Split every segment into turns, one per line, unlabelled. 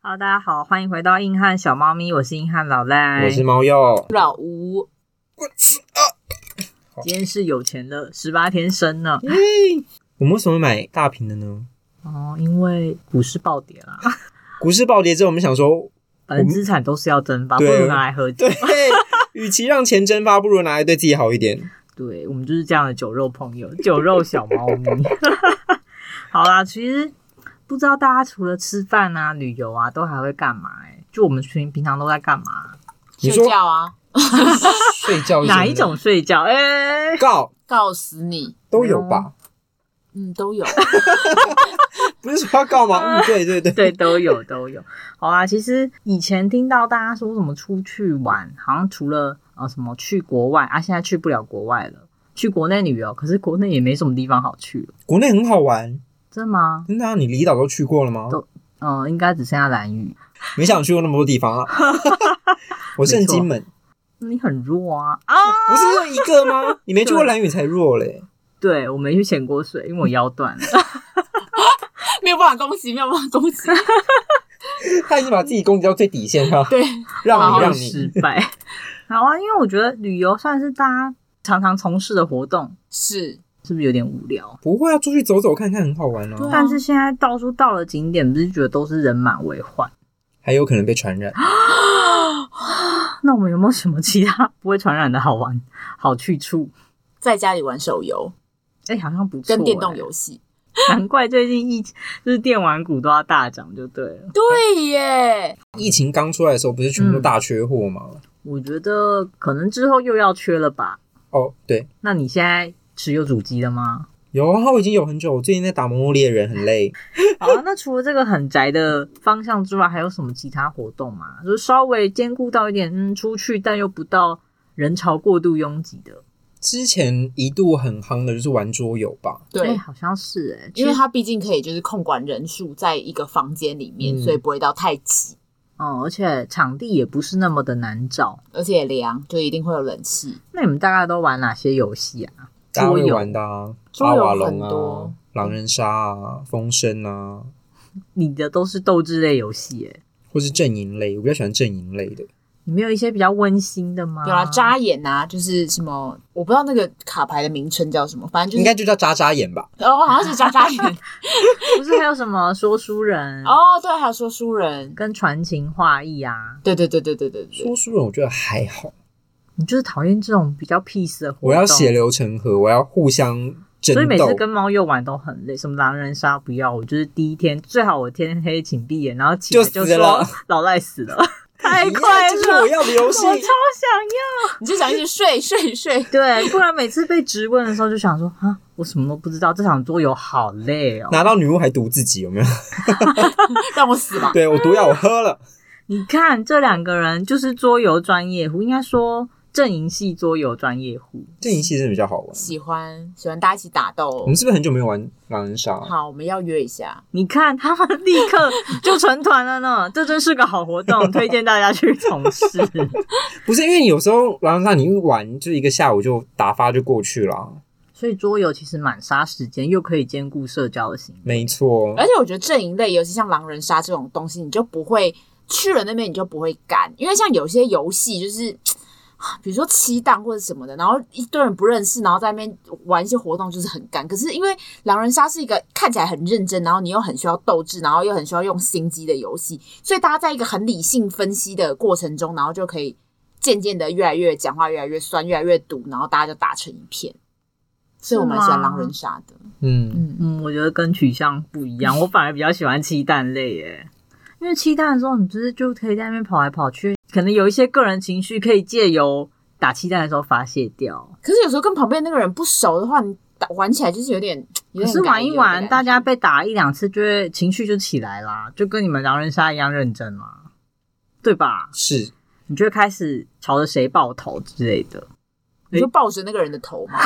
Hello，大家好，欢迎回到硬汉小猫咪，我是硬汉老赖，
我是猫鼬，
老吴，
我吃啊！
今天是有钱的十八天生呢。
我们为什么买大瓶的呢？
哦，因为股市暴跌 啦，
股市暴跌之后，我们想说，
反正资产都是要蒸发，不
对
如拿来喝酒
对。，与其让钱蒸发，不如拿来对自己好一点。
对我们就是这样的酒肉朋友，酒肉小猫 咪。好啦，其实不知道大家除了吃饭啊、旅游啊，都还会干嘛、欸？就我们平平常都在干嘛？
你
睡
说
觉啊，
睡觉
哪一种睡觉？哎、
告
告死你，
都有吧？
嗯，都有。
不是说要告 吗？嗯，对对对，
对，都有都有。好啦，其实以前听到大家说什么出去玩，好像除了呃什么去国外啊，现在去不了国外了，去国内旅游，可是国内也没什么地方好去了，
国内很好玩，
真的吗？
真的啊。你离岛都去过了吗？
都嗯、应该只剩下蓝屿。
没想去过那么多地方 啊。我是
没
很
错
金门，
你很弱啊啊！
不是一个吗？你没去过蓝屿才弱嘞。
对我没去潜过水，因为我腰断了。
没有办法恭喜，没有办法恭喜。
他已经把自己攻击到最底线 了，
对，
让
好
你让
失
你。
败。好啊，因为我觉得旅游算是大家常常从事的活动，
是
是不是有点无聊？
不会啊，出去走走看看很好玩
对
哦，
啊
但是现在到处到了景点，不是觉得都是人满为患？
还有可能被传
啊
染。
那我们有没有什么其他不会传染的好玩好去处？
在家里玩手游
哎、好像不错、
跟电动，游戏。
难怪最近疫就是电玩股都要大涨，就对了。
对耶，
疫情刚出来的时候，不是全部都大缺货吗？
嗯
我觉得可能之后又要缺了吧？
哦，对，
那你现在持有主机了吗？
有啊，我已经有很久。我最近在打《魔物猎人》，很累。
好、啊，那除了这个很宅的方向之外，还有什么其他活动吗？就是稍微兼顾到一点，嗯，出去但又不到人潮过度拥挤的。
之前一度很夯的就是玩桌游吧，
哎
对。
好像是哎、
因为
其实
它毕竟可以就是控管人数在一个房间里面，
嗯
所以不会到太挤，
哦，而且场地也不是那么的难找。
而且也凉，就一定会有冷气。
那你们大概都玩哪些游戏啊？
大家
桌
会
游
玩的、啊《
桌
阿
游
瓦隆》
很
啊
多，
《狼人杀》啊，《风声》啊，
你的都是斗智类游戏哎，
或是阵营类。我比较喜欢阵营类的，
你们有一些比较温馨的吗？
有啦，扎眼啊，就是什么，我不知道那个卡牌的名称叫什么，反正
应
就
该就叫眨眨眼吧。
是哦，好像是扎扎眼。
不是还有什么说书人
哦，对，还有说书人，
跟传情画意啊？
对对对对对对对，
说书人我觉得还好，
你就是讨厌这种比较 peace 的活动。
我要血流成河，我要互相争
所以每次
斗。
跟猫又玩都很累，什么狼人杀不要，我就是第一天最好我天黑请闭眼，然后起来
就
就
死
说
了
老赖死 了，太
一样
快
哎这就是
乐，
我要的游
我
戏
超。想
你就想一直睡睡睡，
要，对，不然每次被质问的时候就想说啊，我什么都不知道，这场桌游好累哦。
拿到女巫还毒自己有没有？
让我死吧。
对我毒药我喝了，
你看这两个人就是桌游专业户，应该说阵营系桌游专业户，
阵营系真的比较好玩。
喜欢喜欢大家一起打斗
我。们是不是很久没有玩狼人杀、啊？
好，我们要约一下。
你看他们立刻就成团了呢，这真是个好活动，推荐大家去从事。
不是因为你有时候狼人杀你一玩就一个下午就打发就过去了啊，
所以桌游其实蛮杀时间，又可以兼顾社交的行为。
没错
而。且我觉得阵营类，尤其像狼人杀这种东西，你就不会去了那边，你就不会干，因为像有些游戏就是。比如说七档或者什么的，然后一堆人不认识，然后在那边玩一些活动，就是很干。可是因为狼人杀是一个看起来很认真，然后你又很需要斗志，然后又很需要用心机的游戏，所以大家在一个很理性分析的过程中，然后就可以渐渐的越来越讲话越来越酸，越来越毒，然后大家就打成一片。所以我蛮喜欢
是吗
狼人杀的，
嗯，
嗯，
嗯，我觉得跟取向不一样，我反而比较喜欢鸡蛋类耶，因为鸡蛋的时候，你就是就可以在那边跑来跑去，可能有一些个人情绪可以借由打鸡蛋的时候发泄掉。
可是有时候跟旁边那个人不熟的话，你打玩起来就是有点，有
可
点
是玩一
感
玩，
觉
大家被打一两次，就会情绪就起来啦，就跟你们狼人杀一样认真啦，对吧？
是
你就会开始朝着谁爆头之类的。
你就
哎
抱着那个人的头嘛，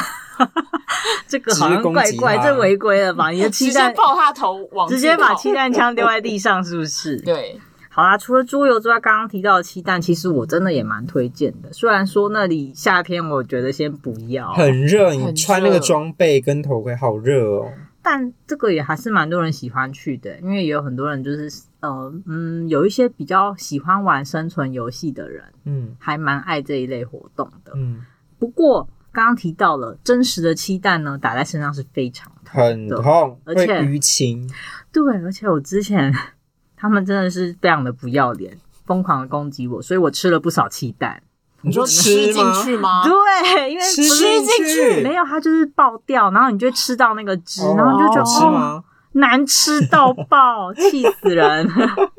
这个好像
直接攻
怪
击
怪，
他
这违规了吧？ 你的
直
鸡
接
蛋
抱他头往
直接把
前
气弹枪丢在地上，是不是？
跑。 对，
好啦，除了桌游之外，刚刚提到的气弹，其实我真的也蛮推荐的。虽然说那里夏天，我觉得先不要，
很热，你
很
穿那个
热
装备跟头盔好热哦。
但这个也还是蛮多人喜欢去的，因为也有很多人就是呃嗯，有一些比较喜欢玩生存游戏的人，
嗯
还蛮爱这一类活动的。
嗯，
不过刚刚提到了真实的鸡蛋呢，打在身上是非常痛
很
的
痛，
而
会
且
淤青。
对，而且我之前他们真的是非常的不要脸，疯狂的攻击我，所以我吃了不少鸡蛋。
你说
吃
吃
进
吗？
去吗？
对，因为
啊吃
不是
进去
没有，它就是爆掉，然后你就会吃到那个汁，
哦
然后你就觉得
好吃
哦，
吗？
难吃到爆，气死人！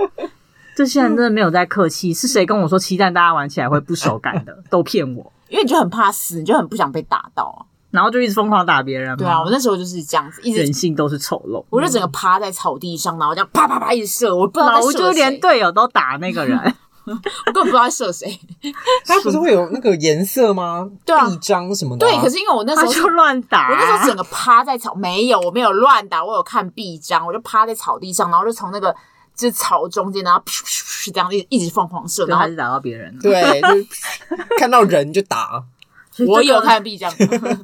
这些人真的没有在客气，是谁跟我说鸡蛋大家玩起来会不手感的，都骗我，
因为你就很怕死，你就很不想被打到啊。
然后就一直疯狂打别人嘛。
对啊，我那时候就是这样子，一直
人性都是丑陋，
我就整个趴在草地上，然后这样啪啪啪一直射，我不知道
老
在
吴
射
就
谁
连队友都打那个人。
我根本不知道在射谁。
它不是会有那个颜色吗？
对啊
臂章什么的啊。
对，可是因为 我那时
他
候
就乱打、啊
我那时候整个趴在草，没有，我没有乱打，我有看臂章，我就趴在草地上，然后就从那个就是草中间，然后噗噗噗这样一直一直疯狂射，
就
然
还
后
是打到别人了。
对，就 看到人就打。
所以
我
这个
有，看臂章，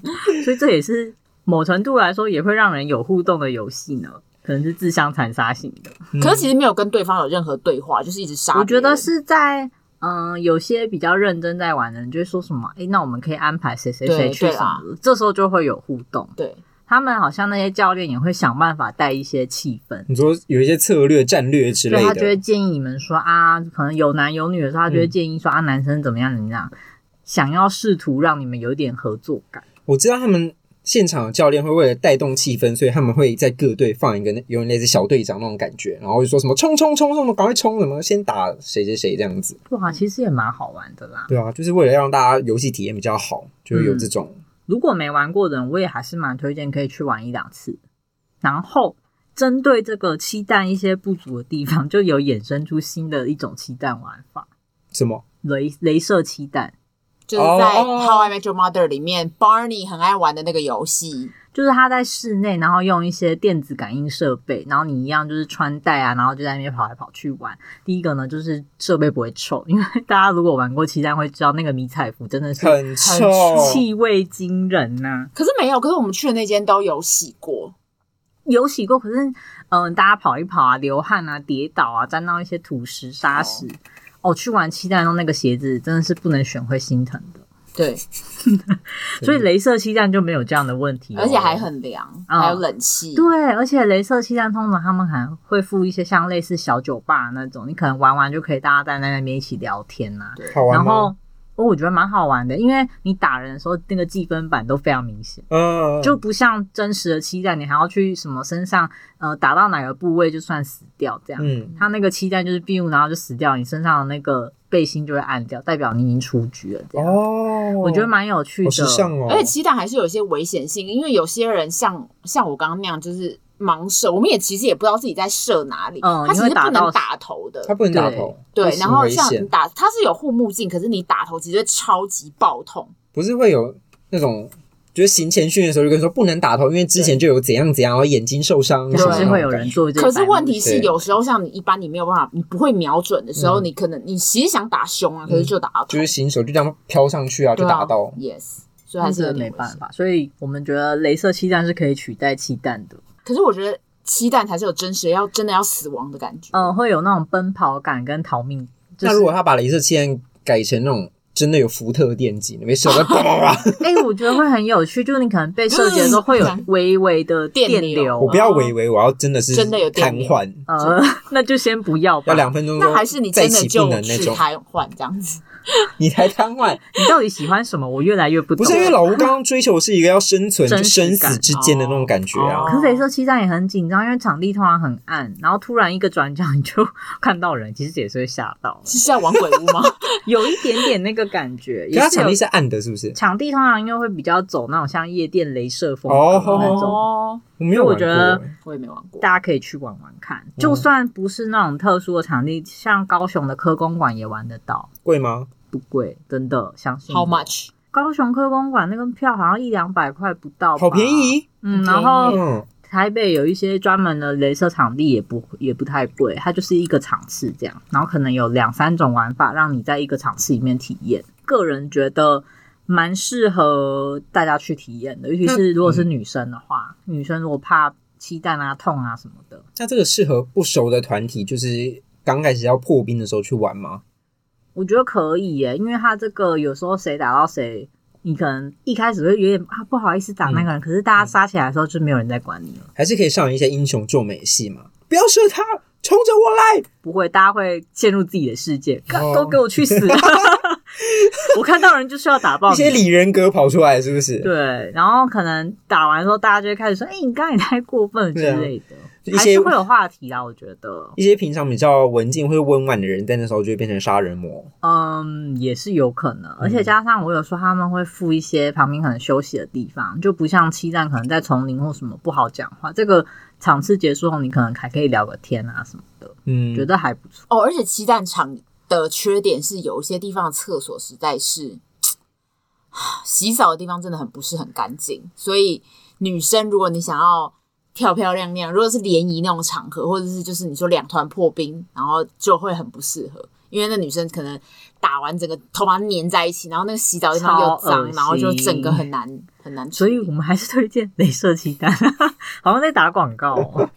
所以这也是某程度来说也会让人有互动的游戏呢，可能是自相残杀型的。
嗯
可是其实没有跟对方有任何对话，就是一直杀别人。
我觉得是在。嗯，有些比较认真在玩的人就会说什么：“哎、那我们可以安排谁谁谁
对
去
对啊
什
啦
么的。”这时候就会有互动。
对，
他们好像那些教练也会想办法带一些气氛，
你说有一些策略、战略之
所
类
以他就会
的，
建议你们说啊，可能有男有女的时候，他就会
嗯
建议说、啊，男生怎么样怎么样，想要试图让你们有一点合作感。
我知道他们现场的教练会为了带动气氛，所以他们会在各队放一个那有点类似小队长那种感觉，然后就说什么冲冲冲什么，赶快冲什么，先打谁谁谁这样子。
哇，其实也蛮好玩的啦。
对啊，就是为了让大家游戏体验比较好，就会有这种。
如果没玩过的人，我也还是蛮推荐可以去玩一两次。然后针对这个期待一些不足的地方，就有衍生出新的一种期待玩法
什么？
——镭镭射期待，
就是在
哦
《How I Met Your Mother》里面，Barney 很爱玩的那个游戏。
就是他在室内，然后用一些电子感应设备，然后你一样就是穿戴啊，然后就在那边跑来跑去玩。第一个呢，就是设备不会臭，因为大家如果玩过期待会知道，那个迷彩服真的是
很臭，
气味惊人呐、
可是没有，可是我们去的那间都有洗过，
有洗过，可是嗯、大家跑一跑啊，流汗啊，跌倒啊，沾到一些土石沙石。哦，去玩七蛋中那个鞋子真的是不能选，会心疼的。
对，
所以镭射七蛋就没有这样的问题哦、
而且还很凉，
嗯
还有冷气。
对，而且镭射七蛋通常他们还会附一些像类似小酒吧那种，你可能玩完就可以大家站在那边一起聊天呐、
好玩
然
吗？
后。哦，我觉得蛮好玩的，因为你打人的时候，那个计分板都非常明显。
嗯，
就不像真实的期待，你还要去什么身上呃打到哪个部位就算死掉这样。
嗯，
他那个期待就是闭入，然后就死掉，你身上的那个背心就会暗掉，代表你已经出局了。这样，
哦，
我觉得蛮有趣
好
的。
时尚哦，
而且骑蛋还是有一些危险性，因为有些人像像我刚刚那样，就是盲射，我们也其实也不知道自己在射哪里，
嗯
他其
你会
实
打
不
到
能打头的
他。不能打头，
对
不，行
然后
危
像
险
你打，它是有护目镜，可是你打头其实会超级爆痛。
不是会有那种，就是行前训的时候就跟你说不能打头，因为之前就有怎样怎样，然后眼睛受伤，
就
对
是会有人做这个
可
反
是
应。
问题是，
对
有时候像你一般你没有办法，你不会瞄准的时候，
嗯
你可能你其实想打胸啊，可
嗯
是就打到头，
就是新手就这样飘上去啊，就
对啊
打到。
Yes，所以
那
还是
真
有
的
点
没
危
办
险。
法，所以我们觉得镭射气弹是可以取代气弹的。
可是我觉得骑蛋才是有真实的要真的要死亡的感觉。
嗯、会有那种奔跑感跟逃命。就
那
是
如果他把镭射铅改成那种真的有福特电击，你被射到叭叭叭，
哎、我觉得会很有趣，就是你可能被射击的时候会有微微的
嗯电
电
流
流
我不要微微，我要真的是
哦真的有电
瘫
流
痪，
呃， 那就先不要吧。
要两分钟
那
都
还是你
嗯再
真的
起
就
不能那
去
种，
瘫痪这样子。
你才瘫痪。
你到底喜欢什么？我越来越不懂。
不是因为老吴刚刚追求是一个要生 存
真
就
实
生
感
死之间的那种感觉啊，
哦
可是镭射气弹也很紧张，因为场地通常很暗，然后突然一个转角你就 看到人，其实也是会吓到，
是是要玩鬼屋吗？
有一点点那个感 觉。
可
也
他
是有
场地是暗的，是不是？
场地通常应该会比较走那种像夜店镭射风格的那种，
哦，
我没有
我
玩
觉
过
得
欸，
我也没玩过。
大家可以去玩玩看。
嗯
就算不是那种特殊的场地，像高雄的科公馆也玩得到，
贵吗？
不贵，真的相信我。
How much？
高雄科公馆那个票好像一两百块不到，
好便。宜，
嗯，然
很
后
便宜
嗯，
台北有一些专门的镭射场地，也不也不太贵，它就是一个场次这样，然后可能有两三种玩法，让你在一个场次里面体验。个人觉得蛮适合大家去体验的，尤其是如果是女生的话，女生如果怕期待啊、痛啊什么的。
那这个适合不熟的团体，就是刚开始要破冰的时候去玩吗？
我觉得可以耶，因为他这个有时候谁打到谁，你可能一开始会有点啊不好意思打那个人，可是大家杀起来的时候就没有人在管你了，
还是可以上演一些英雄救美戏嘛？不要射他，冲着我来！
不会，大家会陷入自己的世界，干
哦
都给我去死！啊 我看到人就是要打爆
一些
你。
李仁格跑出来，是不是？
对，然后可能打完之后，大家就会开始说：“哎、你刚刚也太过分了之
对啊
类的。
就一
还
些
是会有话题啦，我觉得，
一些平常比较文静或者温婉的人，在那时候就会变成杀人魔。
嗯，也是有可能，而
嗯
且加上我有说他们会附一些旁边可能休息的地方，就不像七站可能在丛林或什么不好讲话。这个场次结束后，你可能还可以聊个天啊什么的，
嗯，
觉得还不错。
哦，而且七蛋场的缺点是，有一些地方的厕所实在是洗澡的地方真的很不是很干净，所以女生如果你想要漂漂亮亮，如果是联谊那种场合，或者是就是你说两团破冰，然后就会很不适合。因为那女生可能打完整个头发粘在一起，然后那个洗澡的地方又
超恶
脏，
心
然后就整个很难很难处
所
理。
以我们还是推荐镭射漆弹， 好像在打广告哦。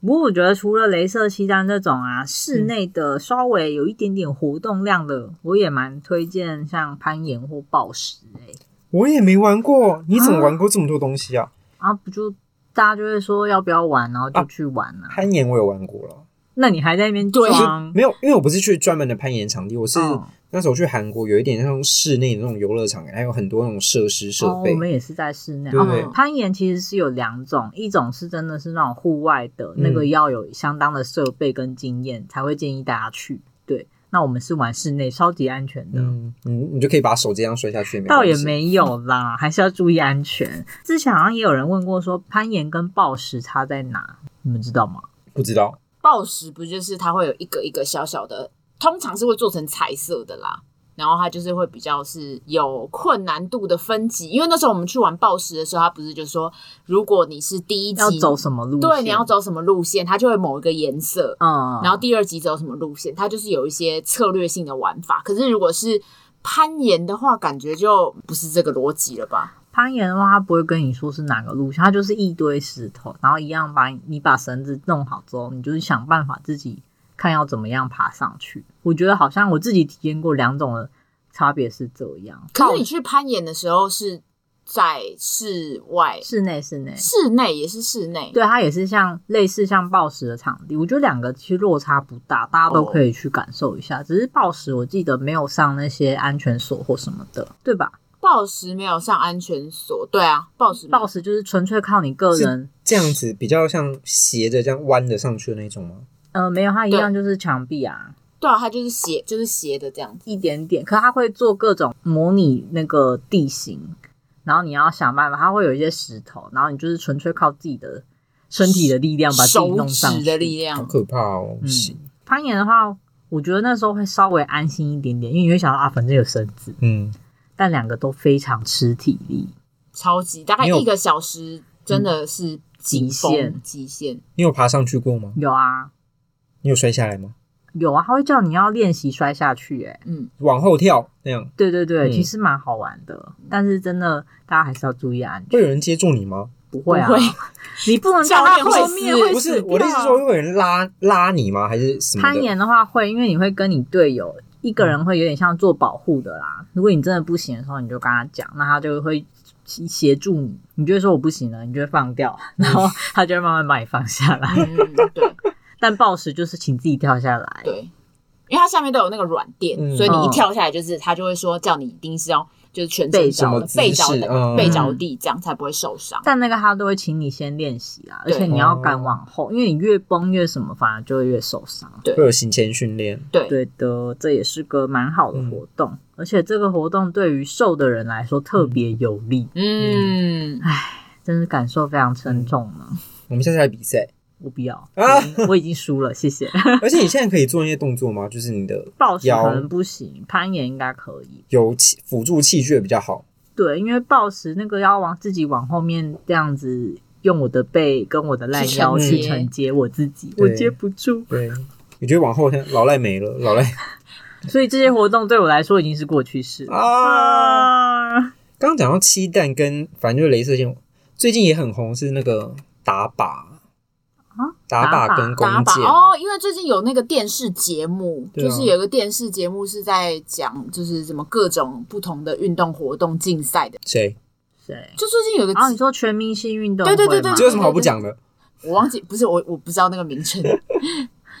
不过我觉得除了镭射漆弹这种啊，室内的稍微有一点点活动量的，我也蛮推荐像攀岩或暴食哎、
我也没玩过，你怎么玩过这么多东西啊？
啊，不就大家就会说要不要玩，然后就去玩啊。
攀岩我有玩过了，
那你还在那边
对
装？
没有，因为我不是去专门的攀岩场地，我是
哦
那时候去韩国，有一点那种室内的那种游乐场，还有很多那种设施设
哦，
备
我。们也是在室内。
对
哦
对
嗯
攀岩其实是有两种，一种是真的是那种户外的，
嗯
那个要有相当的设备跟经验才会建议大家去。对，那我们是玩室内，超级安全的。
嗯，你你就可以把手这样摔下去，
倒也
关系。
没有啦，还是要注意安全。之前好像也有人问过说，攀岩跟暴食差在哪？你们知道吗？
不知道，
暴食不就是它会有一个一个小小的，通常是会做成彩色的啦。然后它就是会比较是有困难度的分级，因为那时候我们去玩暴食的时候，它不是就说，如果你是第一集
要走什么路线？
对，你要走什么路线，它就会某一个颜色。
嗯，
然后第二集走什么路线，它就是有一些策略性的玩法。可是如果是攀岩的话，感觉就不是这个逻辑了吧？
攀岩的话，他不会跟你说是哪个路线，他就是一堆石头，然后一样把你你把绳子弄好之后，你就是想办法自己看要怎么样爬上去。我觉得好像我自己体验过两种的差别是这样，
可是你去攀岩的时候是在室外，
室内室内，
室内也是室内，
对它也是像类似像暴食的场地，我觉得两个其实落差不大，大家都可以去感受一
嗯
下。只是暴食我记得没有上那些安全锁或什么的，对吧？
暴食没有上安全锁，对啊，暴食没有
暴食就是纯粹靠你个人。
这样子比较像斜着这样弯的上去的那种吗？
呃，没有，它一样就是墙壁啊，
对啊，它就是斜，就是斜的这样子。
一点点，可它会做各种模拟那个地形，然后你要想办法，它会有一些石头，然后你就是纯粹靠自己的身体的力量把自己
手
弄上
指
去
的力
好
量，
可怕哦！
嗯
是
攀岩的话，我觉得那时候会稍微安心一点点，因为你会想到啊，反正有绳子，
嗯，
但两个都非常吃体力。
超级大概
你有
一个小时，真的是
极
紧绷
限
极限。
你有爬上去过吗？
有啊，
你有摔下来吗？
有啊，他会叫你要练习摔下去、欸，
嗯，
往后跳那样，
对对对，
嗯
其实蛮好玩的，但是真的大家还是要注意安全。
会有人接住你吗？
不会啊，
不会
你不能
教
叫他
练会
后
死
面会
不
死
是我的意思
掉啊
是说，会有人拉拉你吗？还是什么的？
攀岩的话会，因为你会跟你队友一个人会有点像做保护的啦。如果你真的不行的时候，你就跟他讲，那他就会协协助你。你就会说我不行了，你就会放掉，然后他就会慢慢把你放下来。
嗯对
但暴食就是请自己跳下来。
对，因为它下面都有那个软垫，
嗯
所以你一跳下来，就是它就会说叫你一定是要就是全身
背
什
着
么
的
姿
背着
势
的
嗯
背着地，这样才不会受伤。
但那个他都会请你先练习啊，而
对
且你要敢往后，因为你越绷越什么，反而就会越受伤。
会有行前训练，
对，
对的，这也是个蛮好的活动，而且这个活动对于瘦的人来说特别有利，
嗯，
真是感受非常沉重呢。
我们下次来比赛
我不要，
啊！
我已经输了，谢 谢。
而且你现在可以做那些动作吗？就是你的
暴食
腰
可能不行，攀岩应该可以。
有器辅助器具也比较好。
对，因为暴食那个要往自己往后面这样子，用我的背跟我的烂腰去
去承接
承接我自己，我
对
接不住。
对，我觉得往后看老赖没了，老 赖
所以这些活动对我来说已经是过去式了。
啊！
啊
刚刚讲到七蛋跟反正就是镭射线，最近也很红是那个打靶
啊，
打
打
靶
靶
跟弓
打靶
箭，
哦，因为最近有那个电视节目，
对啊
就是有一个电视节目是在讲，就是什么各种不同的运动活动竞赛的。
谁？
谁？
就最近有一个
然后你说全明星运动会
对
吗，
对对 对
这有什么好不讲的？
我忘记，不是我我不知道那个名 称。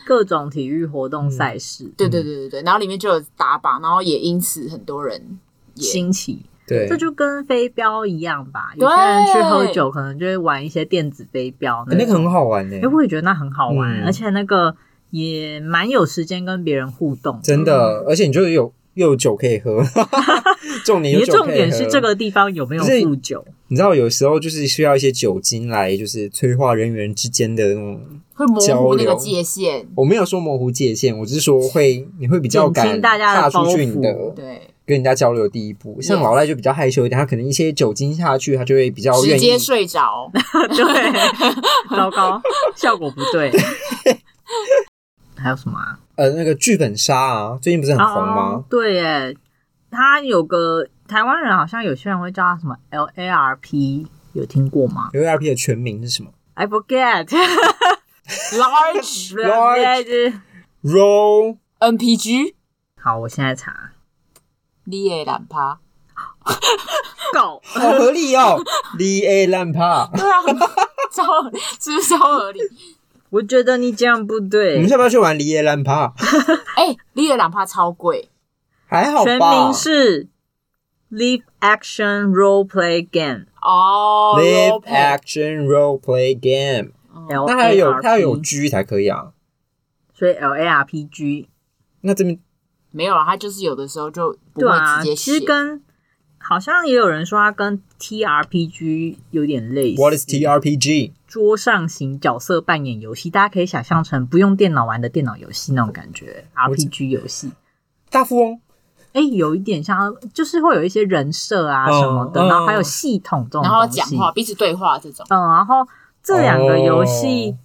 各种体育活
嗯
动赛事
对对对对对，然后里面就有打靶，然后也因此很多人也
兴起，
对
这，就跟飞镖一样吧。
对
有些人去喝酒，可能就会玩一些电子飞镖，
欸那个
种
很好玩呢
哎、，我也觉得那很好玩，
嗯
而且那个也蛮有时间跟别人互动。
真
嗯
的，而且你就有又有酒可 以喝，重点
你的
有酒
重
可以
点是
喝
这个地方有没有
不是
附酒？
你知道，有时候就是需要一些酒精来，就是催化人与人之间的那种。
会模糊那
交流
个界限。
我没有说模糊界限，我只是说会，你会比较
减
敢
轻大家的
踏出去
包
你
袱
的
对，
跟人家交流的第一步。像
Yes
老赖就比较害羞一点，他可能一些酒精下去，他就会比较
直
愿意
接。睡着。
对，糟糕，效果不对。还有什么啊？
呃，那个剧本杀啊，最近不是很红
哦
吗？
对耶，他有个台湾人，好像有些人会叫他什么 L A R P，有听过吗
U R P 的全名是什么
？I forget。
Large
Large？Roll
NPG，
好，我现在查。
你也懒趴。
狗，
好合 理哦，L A 烂帕。
对啊， 很超是不是超合理？
我觉得你这样不
我们
对。
要不要去玩 L A 烂 帕？
哎、你也懒趴超贵，
还好
全
吧
名是 Live Action Role Play Game
哦
？Live
role play
Action Role Play Game。
嗯
L
那还
A
有
R
哦它要有
P，
G 才可以啊。
所以 L A R P G
那这边
没有了，他就是有的时候就不
对
会
啊，
直接
其
写。
实跟好像也有人说它跟 T R P G 有点类似。
What is T R P G？
桌上型角色扮演游戏，大家可以想象成不用电脑玩的电脑游戏那种感觉
我知
，RPG 游戏。
大富翁
哎、有一点像，就是会有一些人设啊
哦
什么的，
哦
然后还有系统这种
然后
东西。
讲话，彼此对话这种。
嗯，然后这两个游戏、
哦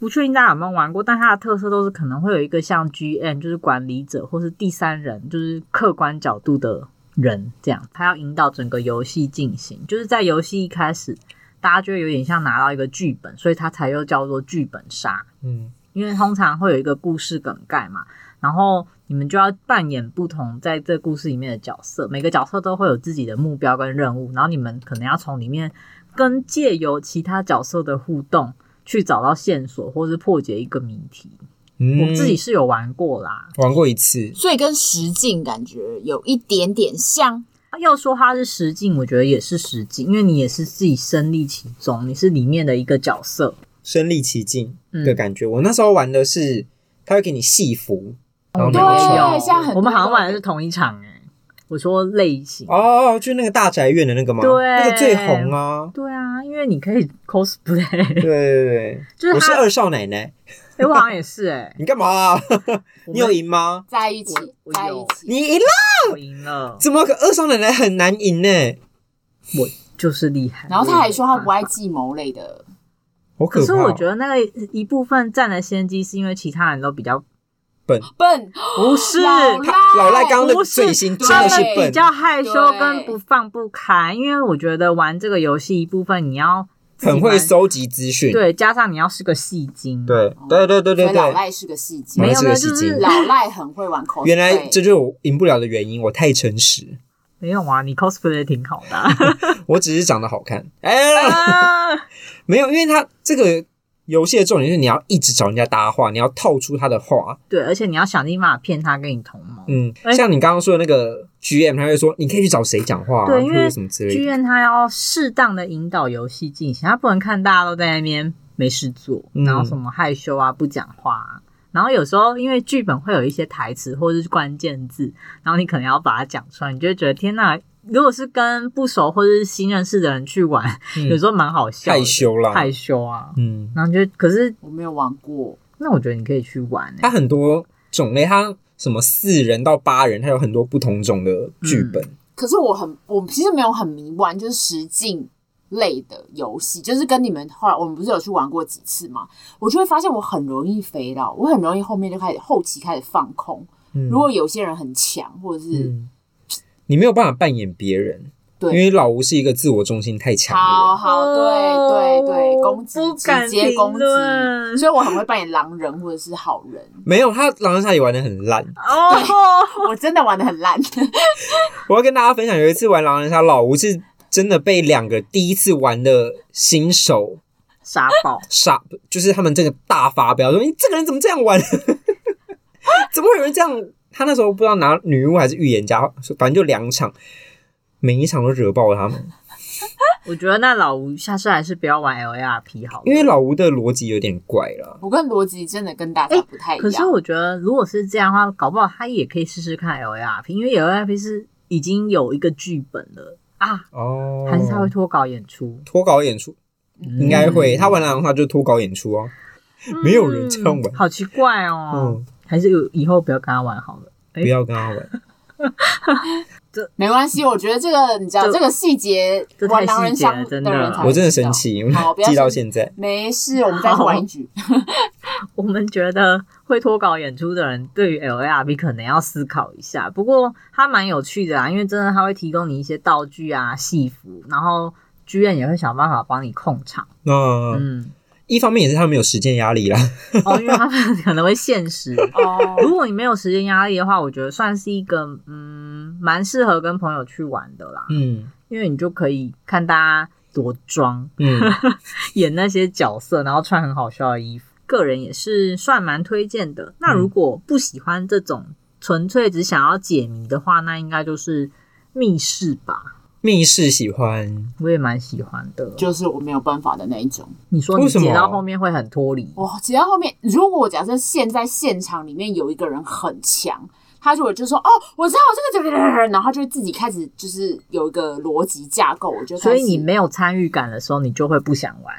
不确定大家有没有玩过，但它的特色都是可能会有一个像 GM，就是管理者或是第三人，就是客观角度的人这样，他要引导整个游戏进行。就是在游戏一开始，大家就会有点像拿到一个剧本，所以它才又叫做剧本杀。
嗯，
因为通常会有一个故事梗概嘛，然后你们就要扮演不同在这故事里面的角色，每个角色都会有自己的目标跟任务，然后你们可能要从里面跟借由其他角色的互动去找到线索，或是破解一个谜题。我
嗯
自己是有玩过啦，
玩过一次，
所以跟实境感觉有一点点像，
要说它是实境，我觉得也是实境，因为你也是自己身历其中，你是里面的一个角色。
身临其境
嗯
的感觉。我那时候玩的是，他会给你戏服，
哦
然后你
对
要穿。
对现在很多
我们好像玩的是同一场哎、我说类型
哦，就那个大宅院的那个吗？
对
那个最红啊。
对啊，因为你可以 cosplay，
对对对
就是
我是
他，
二少奶奶，
哎、我好像也是哎、
你干嘛啊？
我们
你有赢吗？
在一起
我我，
在
有
一起。
你赢了？
我赢了，
怎么可二少奶奶很难赢呢？
我就是厉害。
然后他还说他不
爱。
爱计谋类的，
好
可
怕！哦
是我觉得那个一部分占了先机，是因为其他人都比 较
笨
不是，
老赖
他老赖刚刚
不
的
是
罪行真
他
的是
们比
笨，
较害羞
对
跟不放不开。因为我觉得玩这个游戏一部分你要自己
很会
玩，
收集资讯。
对，加上你要是个戏精，，
对对对对
所
对
以老
对，
赖是哦个戏精
没
原来
有
是
呢，
个
就
戏精
是
老赖很会玩 cosplay，
原来这就是我赢不了的原因，我太诚实，
没有啊，你 cosplay 挺好的啊，
我只是长得好看。哎，
啊
没有，因为他这个游戏的重点是你要一直找人家搭话，你要套出他的话。
对，而且你要想尽办法骗他跟你同谋。
嗯，
哎
像你刚刚说的那个 GM，他会说你可以去找谁讲话、啊，
对因
或
为
者什么之
剧
类的。
院他要适当的引导游戏进行，他不能看大家都在那边没事做，
嗯
然后什么害羞啊、不讲话啊。然后有时候因为剧本会有一些台词或者是关键字，然后你可能要把它讲出来，你就会觉得天呐！如果是跟不熟或者是新认识的人去玩，
嗯
有时候蛮好笑的，
害羞啦
害羞啊。
嗯，
然后就可是
我没有玩过，
那我觉得你可以去玩、欸
它，很多种类，它什么四人到八人，它有很多不同种的剧
嗯
本。
可是我很我其实没有很迷玩，就是实境类的游戏，就是跟你们后来我们不是有去玩过几次嘛，我就会发现我很容易肥到，我很容易后面就开始后期开始放空。
嗯
如果有些人很强，或者是、
嗯，你没有办法扮演别人，因
对，
为老吴是一个自我中心太强的
超
人。
好，对对对，攻击
哦不敢
直接攻
评，
击
论
所以我很会扮演狼人或者是好 人，
没有，他狼人杀也玩的很烂。
哦，
我真的玩的很烂，
我要跟大家分享，有一次玩狼人杀，老吴是真的被两个第一次玩的新手
傻爆！
杀，就是他们这个大发飙，说你这个人怎么这样玩？ 怎么会有人这样？他那时候不知道拿女巫还是预言家，反正就两场，每一场都惹爆他们。
我觉得那老吴下次还是不要玩 LARP 好了，
因为老吴的逻辑有点怪了，
我跟逻辑真的跟大家不太一
可是
样。
我觉得如果是这样的话，搞不好他也可以试试看哦 LARP，因为 LARP 是已经有一个剧本了啊，
哦
还是他会脱稿演出？
脱稿演出，应该
嗯
会。他玩狼人杀就脱稿演出哦。没有人这样玩
嗯好奇怪哦。
嗯，
还是有以后不要跟他玩好了。
不要跟他玩。
没关系，我觉得这个你知道
这
这个细节
这，太
玩狼人杀
细节了真的
的人才
我真的
知道
生。气，
好不要
记到
生
现在。
没事，我们再玩一局。
我们觉得会脱稿演出的人，对于 LARP 可能要思考一下。不过它蛮有趣的啊，因为真的它会提供你一些道具啊、戏服，然后剧院也会想办法帮你控场。
那
嗯，
一方面也是他们有时间压力啦，
哦，因为他们可能会限 时。
哦，
如果你没有时间压力的话，我觉得算是一个嗯，蛮适合跟朋友去玩的啦，
嗯
因为你就可以看大家多装，
嗯，
演那些角色，然后穿很好笑的衣服，个人也是算蛮推荐的。那如果不喜欢这种纯粹只想要解谜的话，那应该就是密室吧，
密室喜欢，
我也蛮喜欢的。
就是我没有办法的那一种。
你说你
为什么
解到后面会很脱离，
哇，只要后面，如果我假设现在现场里面有一个人很强，他如果就说哦，我知道这个这个，然后他就会自己开始就是有一个逻辑架构，我就开
所
始
以你没有参与感的时候，你就会不想玩。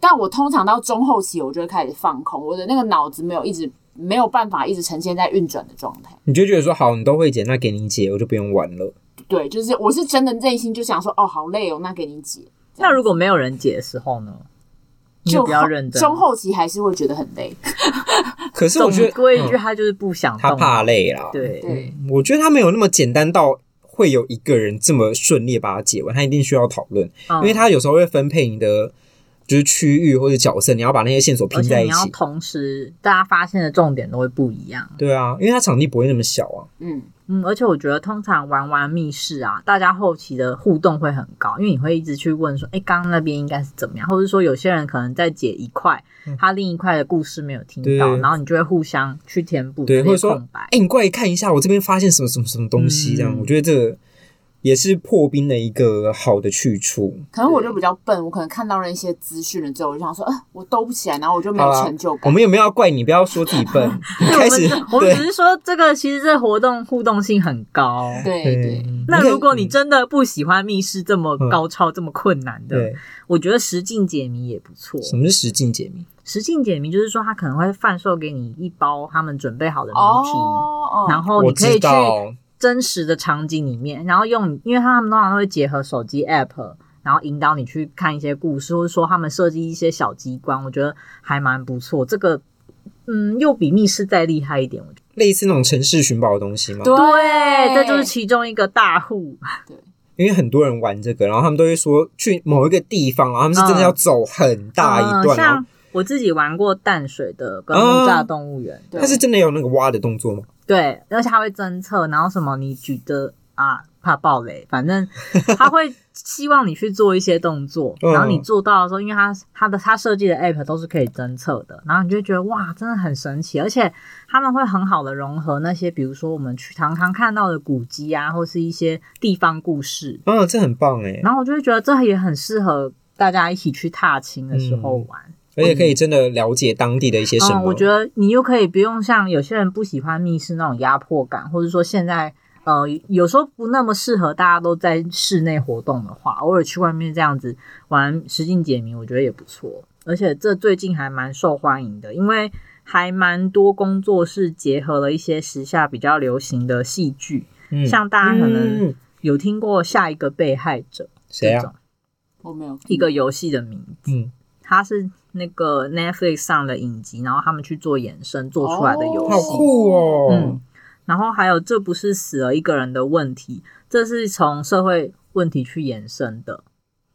但我通常到中后期，我就会开始放空，我的那个脑子没有一直没有办法一直呈现在运转的状态。
你就觉得说好，你都会解，那给你解，我就不用玩了。
对，就是我是真的内心就想说，哦，好累哦，那给你解。这
那
样
如果没有人解的时候呢？你
就
比较
后
认真。
中后期还是会觉得很累。
可是
总
我觉得
归一句，
嗯
他就是不想动。
他怕累啦。，
对，
对，
我觉得他没有那么简单到会有一个人这么顺利把它解完，他一定需要讨论，
因
因为他有时候会分配你的就是区域或者角色，你要把那些线索拼
而且
在一
你要
起。
同时，大家发现的重点都会不一样。
对啊，因为它场地不会那么小啊。
嗯，
嗯，而且我觉得通常玩完密室啊，大家后期的互动会很高，因为你会一直去问说，哎，刚刚那边应该是怎么样，或者说有些人可能在解一块，他另一块的故事没有听到，
嗯对
然后你就会互相去填补
对，
这
或者
些
说
空，白。
哎、你过来看一下，我这边发现什么什么什么东西，这样、
嗯
我觉得这个也是破冰的一个好的去处。
可能我就比较笨，我可能看到了一些资讯了之后，我就想说，呃，我兜不起来，然后我就没有
好啦
成就
我
感。
们有没有要怪你？不要说自己 笨，你
对
开始
我们只我们只
对
是说这个其实这活动互动性很高。
对
对
对，。
那如果你
真
真的不喜欢密室这么
嗯
高超、这么困难的
对，
我觉得实境解谜也不错。
什么是实境解谜？
实境解谜就是说，他可能会贩售给你一包他们准备好的谜题。
哦，
然
后
后你
我
可以
知
去
道，
真实的场景里面，然后用，因为他们通常都会结合手机 app，然后引导你去看一些故事，或者说他们设计一些小机关，我觉得还蛮不错。这个，嗯，又比密室再厉害一点，我觉得。
类似那种城市寻宝的东西嘛。
对
对，啊这就是其中一个大户。
因为很多人玩这个，然后他们都会说去某一个地方，然后他们是真的要走很大一
嗯
段，然后嗯
像我自己玩过淡水的跟木栅动物园，
对
它是真的有那个挖的动作吗？
对，而且它会侦测，然后什么你举的啊，怕爆雷，反正它会希望你去做一些动作，
嗯
然后你做到的时候，因为它它的它设计的 app 都是可以侦测的，然后你就会觉得哇，真的很神奇，而且他们会很好的融合那些，比如说我们去常常看到的古迹啊，或是一些地方故事，
啊，这很棒哎，
然后我就会觉得这也很适合大家一起去踏青的时候
嗯
玩。
而且可以真的了解当地的一些什么。
嗯，我觉得你又可以不用像有些人不喜欢密室那种压迫感，或者说现在呃有时候不那么适合大家都在室内活动的话，偶尔去外面这样子玩实境解谜，我觉得也不错。而且这最近还蛮受欢迎的，因为还蛮多工作室结合了一些时下比较流行的戏剧，
嗯
像大家可能
嗯
有听过《下一个被害者》
谁
这
啊
种？
我没有
一个游戏的名字。
嗯，
它是那个 Netflix 上的影集，然后他们去做衍生做出来的游
好
戏。
酷哦。
嗯，然后还有这不是死了一个人的问题，这是从社会问题去延伸的。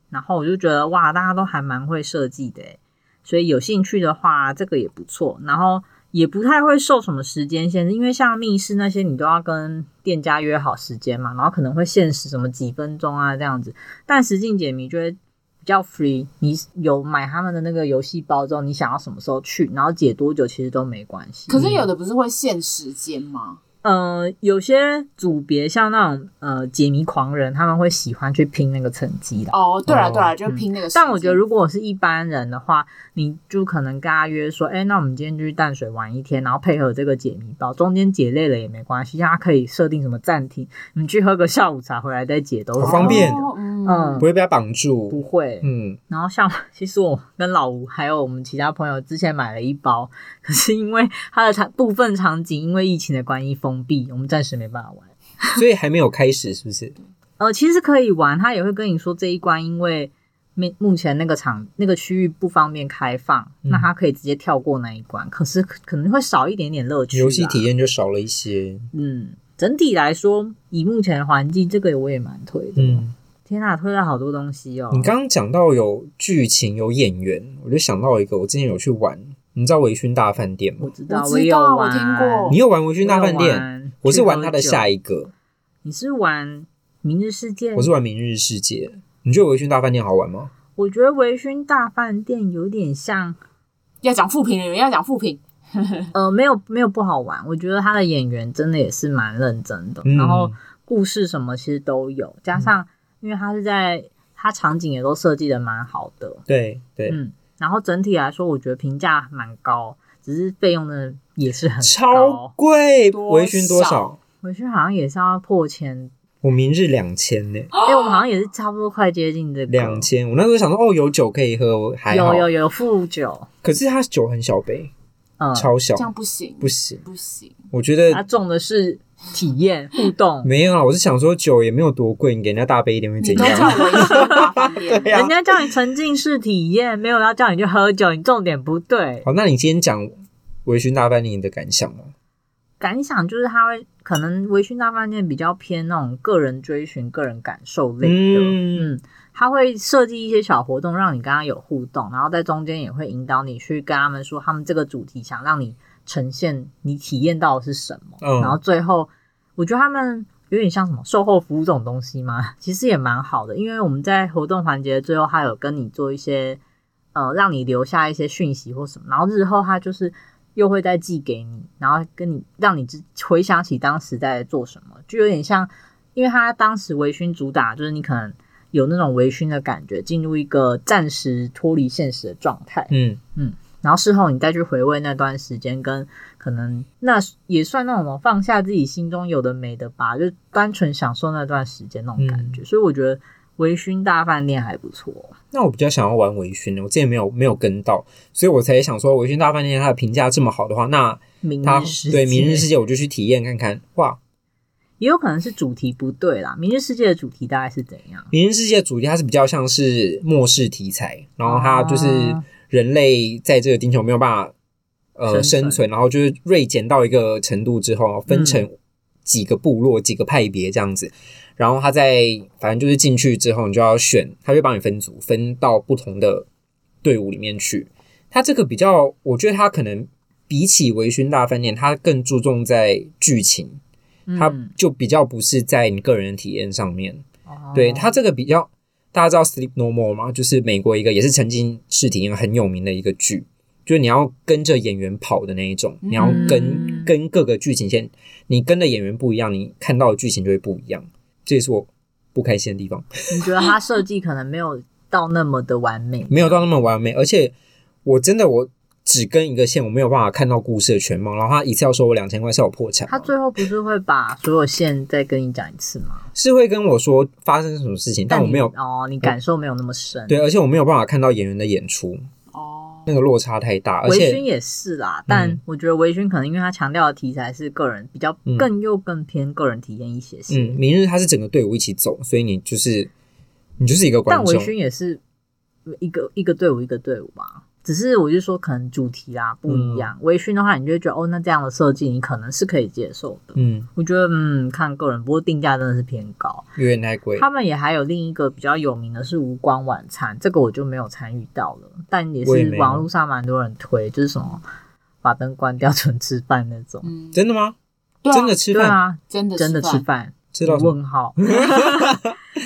然后我就觉得哇，大家都还蛮会设计的诶，所以有兴趣的话，这个也不错。然后也不太会受什么时间限制，因为像密室那些，你都要跟店家约好时间嘛，然后可能会限时什么几分钟啊这样子。但实境解谜就会比较 free，你有买他们的那个游戏包之后，你想要什么时候去，然后解多久其实都没关系。
可是有的不是会限时间吗？
呃，有些组别像那种呃解谜狂人，他们会喜欢去拼那个成绩的。
哦，对了对了，
哦
就拼那个时间。
嗯但我觉得，如果我是一般人的话，你就可能跟他约说，哎、那我们今天就去淡水玩一天，然后配合这个解谜包，中间解累了也没关系，像他可以设定什么暂停，你们去喝个下午茶回来再解都是
好方便
哦嗯
嗯
不会被他绑
不
住。
会。
嗯，
然后像其实我跟老吴还有我们其他朋友之前买了一包，可是因为它的场部分场景因为疫情的关系封闭，我们暂时没办法玩。
所以还没有开始，是不啊是？
呃，其实可以玩，他也会跟你说这一关，因为目目前那个场那个区域不方便开放，
嗯
那他可以直接跳过那一关，可是可可能会少一点点乐趣。
游戏体，验就少了一些。
嗯，整体来说，以目前的环境，这个我也蛮推的。
嗯，
天哪、推了好多东西哦！
你刚刚讲到有剧情、有演员，我就想到一个，我之前有去玩，你知道微醺大饭店
我
吗？
知道，
我知道
我也有
我
玩，
听过
你有玩微醺
去
大饭店？哦我是玩它的下
一，
一个，
你是玩明日世界？
我是玩明日世界。你觉得微醺大饭店好玩吗？
我觉得微醺大饭店有点像，
要讲复评，你们要讲复评。
呃，没有没有不好玩，我觉得他的演员真的也是蛮认真的，
嗯
然后故事什么其实都有，加上因为它是在它场景也都设计的蛮好的，
对对，
嗯，然后整体来说我觉得评价蛮高，只是费用呢也是很
超
高，
贵，
多
微醺多
少
少？
回去好像也是要破千，
我明日两千呢，
哎、我们好像也是差不多快接近这个
两千。我那时候想说，哦，有酒可以喝，我还好
有。有有负九，
可是它酒很小杯，
嗯，
超小
这，样啊不行，
不行。
不行。
我觉得
它重的是体验互动，
没有啊，我是想说酒也没有多贵，你给人家大杯一点会
你
怎
都叫
样？
我一 个大饭店
对啊
人家叫你沉浸式体验，没有要叫你去喝酒，你重点不对。
好，那你今天讲微醺大饭店的感想吗？
感想就是他会可能微醺大饭店比较偏那种个人追寻、个人感受类的，
嗯
嗯，他会设计一些小活动，让你跟他有互动，然后在中间也会引导你去跟他们说，他们这个主题想让你呈现你体验到的是什么，
嗯
然后最后我觉得他们。有点像什么售后服务这种东西吗？ 其实也蛮好的，因为我们在活动环节的最后，他有跟你做一些呃，让你留下一些讯息或什么，然后日后他就是又会再寄给你，然后跟你让你知回想起当时在做什么，就有点像，因为他当时微醺主打就是你可能有那种微醺的感觉，进入一个暂时脱离现实的状态，
嗯，
然后事后你再去回味那段时间，跟可能那也算那种放下自己心中有的没的吧，就单纯享受那段时间那种感觉，
嗯
所以我觉得微醺大饭店还不错。
那我比较想要玩微醺的，我之前没有没有跟到，所以我才想说微醺大饭店它的评价这么好的话，那
明
它
日世界
对明日世界我就去体验看看。哇，
也有可能是主题不对啦。明日世界的主题大概是怎样？
明日世界的主题它是比较像是末世题材，然后它就是
啊
人类在这个地球没有办法
生存
呃生存，然后就是锐减到一个程度之后，分成几个部落、几个派别这样子。然后他在反正就是进去之后，你就要选，他会帮你分组，分到不同的队伍里面去。他这个比较，我觉得他可能比起《微醺大饭店》，他更注重在剧情，他
嗯
就比较不是在你个人的体验上面。
哦
对它这个比较，大家知道《Sleep No More》吗？就是美国一个也是曾经是体验很有名的一个剧，就是你要跟着演员跑的那一种，你要跟、
嗯
跟各个剧情线，你跟的演员不一样，你看到的剧情就会不一样。这也是我不开心的地方，
你觉得它设计可能没有到那么的完美？
没有到那么完美，而且我真的我只跟一个线，我没有办法看到故事的全貌。然后他一次要收我两千块，是要我破产吗。
他最后不是会把所有线再跟你讲一次吗？
是会跟我说发生什么事情，但我
你
没有
哦，你感受没有那么深。
对，而且我没有办法看到演员的演出，
哦
那，个落差太大，而
微
且嗯
醺也是啦，但我觉得微醺可能因为它强调的题材是个人比较
嗯
更又更偏个人体验一些些，
嗯，明日他是整个队伍一起走，所以你就是你就是一个观
但微
众。
醺也是一个一个队伍一个队伍吧，只是我就说可能主题啦不一样。
嗯
微醺的话，你就会觉得哦，那这样的设计你可能是可以接受的。
嗯，
我觉得嗯，看个人，不过定价真的是偏高。
有点太贵。
他们也还有另一个比较有名的是无光晚餐，这个我就没有参与到了，但也
我也没
是
有
网络上蛮多人推，就是什么把灯关掉纯吃饭那种。
嗯，
真的吗？
对啊
真的吃
对
饭？
啊，
真的
真的吃
饭
饭。
吃到什么？
问号。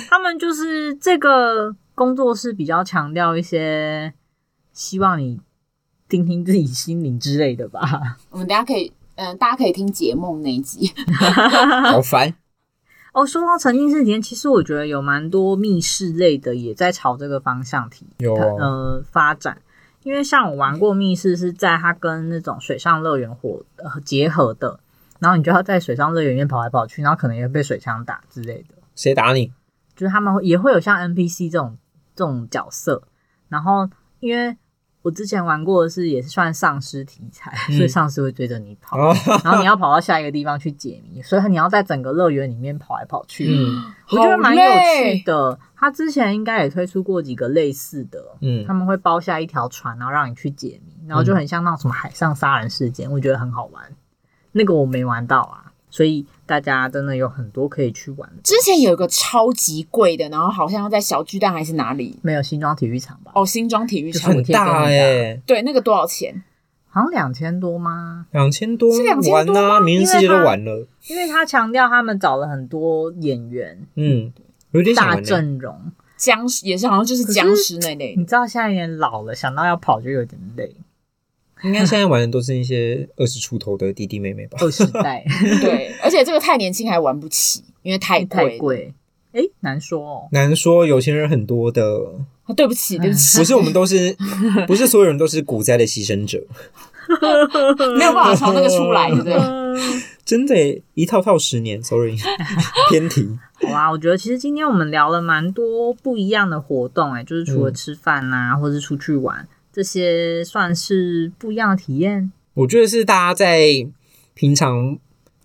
他们就是这个工作室比较强调一些，希望你听听自己心灵之类的吧。
我们等一下可以，嗯、大家可以听解梦那一集。
好烦。
哦，说到沉浸式体验，其实我觉得有蛮多密室类的也在朝这个方向提
有哦，
呃发展。因为像我玩过密室，是在它跟那种水上乐园火、呃、结合的，然后你就要在水上乐园里面跑来跑去，然后可能也会被水枪打之类的。
谁打你？
就是他们会也会有像 NPC 这种这种角色。然后因为我之前玩过的是也是算丧尸题材，
嗯
所以丧尸会追着你跑，
哦，
然后你要跑到下一个地方去解谜，所以你要在整个乐园里面跑来跑去，
嗯
我觉得蛮
好累
有趣的。他之前应该也推出过几个类似的，
嗯
他，们会包下一条船，然后让你去解谜，然后就很像那种什么海上杀人事件，我觉得很好玩。那个我没玩到啊，所以大家真的有很多可以去玩的，
之前有一个超级贵的，然后好像要在小巨蛋还是哪里
没有新庄体育场吧？
哦，新庄体育
就
场
很，大哎，
对，那个多少钱？
好像两千多吗？
两千多
是2000多
玩啊，明日世界都玩了。
因为他强调他们找了很多演员，
嗯，有点想
大
玩欸。
阵容。
僵尸也是好像就是僵尸那类的
你知道现在有点老了，想到要跑就有点 累，
应该现在玩的都是一些二十出头的弟弟妹妹吧？
二时代
对，而且这个太年轻还玩不起，因为
嗯
太贵
太
了。
贵。哎，难说哦。
难说，有钱人很多的，
啊对不起，对不起
哎不，是我们都是，不是所有人都是股灾的牺牲者。
没有办法从那个出来，对 不对？
真的耶一套套十年，sorry，偏题。
好啊啦，我觉得其实今天我们聊了蛮多不一样的活动、哎，就是除了
嗯
吃饭呐、或者出去玩这些，算是不一样的体验。
我觉得是大家在平常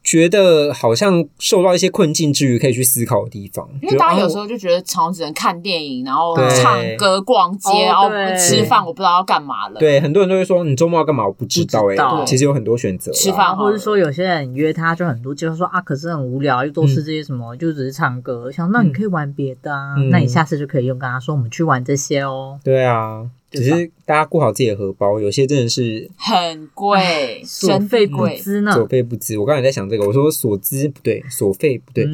觉得好像受到一些困境之余，可以去思考的地方。
因为大家有时
觉得哦
候就觉得常只能看电影，然后
对
唱歌、逛街，
哦
然后
对
吃饭，我不知道要干嘛了。
对很多人都会说，你周末要干嘛？我不知道
不
哎、
知道
其实有很多选择啦。
吃饭
啊，或者说有些人约他就很多，就是说啊，可是很无聊，又都是这些什么，就只是唱歌。想那你可以玩别的啊，
嗯
那你下次就可以用跟他说，我们去玩这些哦。
对啊，只
对吧
是大家顾好自己的荷包，有些真的是
很贵，
所
真
费
的
不
贵。
资呢。
所费不知。我刚才在想这个，我说所资不对，所费不对。
嗯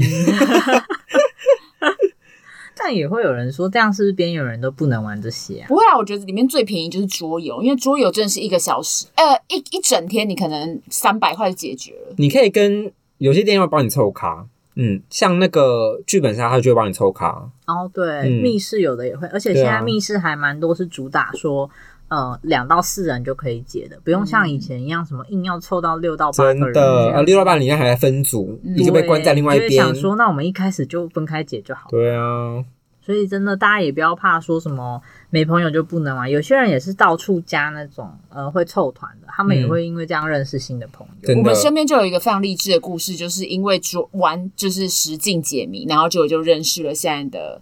但也会有人说，这样是不是边缘人都不能玩这些啊？
不会啊，我觉得里面最便宜就是桌游，因为桌游真的是一个小时，呃，一一整天你可能三百块就解决了。
你可以跟有些店会帮你凑咖，嗯，像那个剧本杀，他就会帮你凑咖。
哦，对，
嗯
密室有的也会，而且
对啊
现在密室还蛮多是主打说，呃，两到四人就可以解的，不用像以前一样什么硬要凑到六到八个人
嗯真
这
的，
样。
呃，六到八里面还分组，
嗯
一个被关在另外一
对就
边
会。想说，那我们一开始就分开解就好了。
对啊，
所以真的，大家也不要怕说什么没朋友就不能玩。有些人也是到处加那种呃会凑团的，他们也
嗯
会因为这样认识新的朋友。
真的
我们身边就有一个非常励志的故事，就是因为桌玩就是实境解谜，然后就就认识了现在的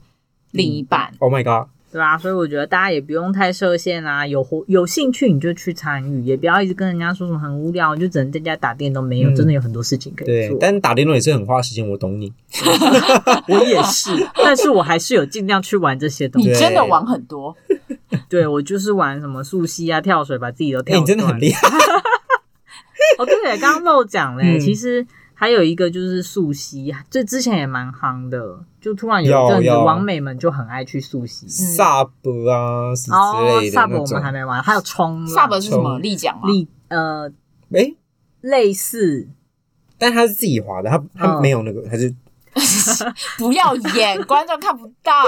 另一半。
，Oh my god，
对啊，所以我觉得大家也不用太设限啊，有活有兴趣你就去参与，也不要一直跟人家说什么很无聊，你就只能在家打电动，没有，
嗯
真的有很多事情可以
对
做，。
但打电动也是很花时间，我懂你。
我也是， 但是我还是有尽量去玩这些东
你
西。
真的玩很多，
对我就是玩什么溯溪啊、跳水，把自己都
哎、
跳
你真的
断
很厉害，
哦，对，刚刚漏讲嘞，
嗯
其实还有一个就是溯溪，这之前也蛮夯的，就突然有一阵子
有有
网美们就很爱去溯溪。
萨博啊是之
哦
类，的
萨
那
博我
种
们。还没玩，还有冲浪
萨博是什么？啊立奖吗？
类呃
哎、
类似，
但他是自己滑的，他他
嗯
没有那个，他是
不要演，观众看不到。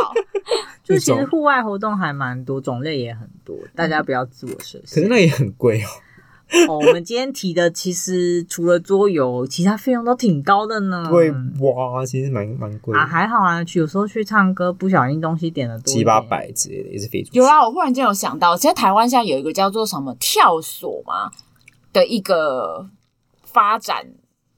就
那
其实
种
户外活动还蛮多，种类也很多，大家不要自我设
可是
限。
那也很贵哦。
哦，我们今天提的其实除了桌游，其他费用都挺高的呢。
贵哇，其实蛮蛮贵
嗯
的，
啊，还好啊，有时候去唱歌不小心东西点的啊多一
七八
点
百之类的，也是非主
有啦，我忽然间有想到，其实台湾现在有一个叫做什么跳锁嘛的一个发展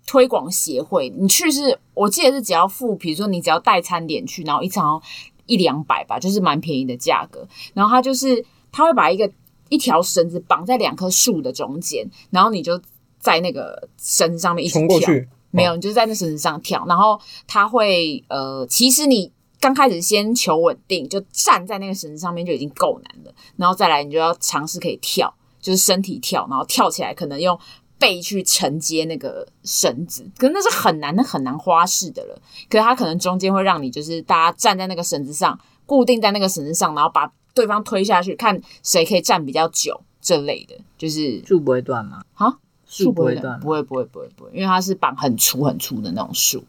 推广协会，你去是我记得是只要付，比如说你只要带餐点去，然后一场一两百吧，就是蛮便宜的价格。然后它就是它会把一个一条绳子绑在两棵树的中间，然后你就在那个绳上面一直
冲过
跳。
去，
没有，你就是在那绳子上跳，然后它会呃，其实你刚开始先求稳定，就站在那个绳子上面就已经够难了，然后再来你就要尝试可以跳，就是身体跳，然后跳起来可能用背去承接那个绳子，可是那是很难，那很难花式的了。可是它可能中间会让你就是大家站在那个绳子上，固定在那个绳子上，然后把对方推下去，看谁可以站比较久这类的，就是
树不会断吗？
啊，
树不
不会
会
的
断吗，
不会不会不会不会，因为它是绑很粗很粗的那种树。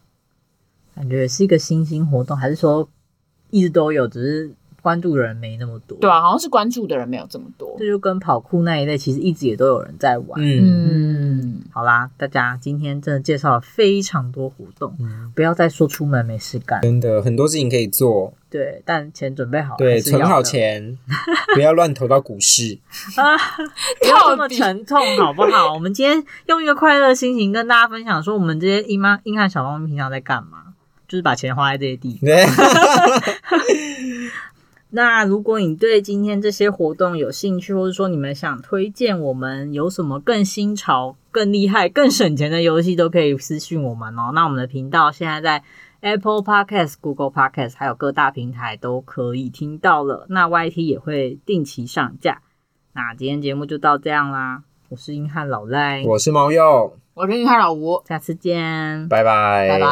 感觉是一个新兴活动，还是说一直都有，只是关注的人没那么多？
对，啊，好像是关注的人没有这么多
这。就跟跑酷那一类，其实一直也都有人在玩。
嗯
嗯，
好啦，大家今天真的介绍了非常多活动，
嗯，
不要再说出门没事干。
真的很多事情可以做，
对，但钱准备好，
嗯对，
哦还是
存
要
好
的
钱，不要乱投到股市。
啊，不要这
到
么
底
沉痛好不 好？我们今天用一个快乐的心情跟大家分享，说我们这些英妈、英汉小猫咪平常在干嘛，就是把钱花在这些地方。
对，
那如果你对今天这些活动有兴趣，或者说你们想推荐我们有什么更新潮、更厉害、更省钱的游戏，都可以私讯我们哦。 那我们的频道现在在 Apple Podcast、Google Podcast 还有各大平台都可以听到了。那 YT 也会定期上架。那今天节目就到这样啦，我是英汉老赖，
我是猫鼬，
我是玉汉老吴，
下次见，
拜拜，
拜拜。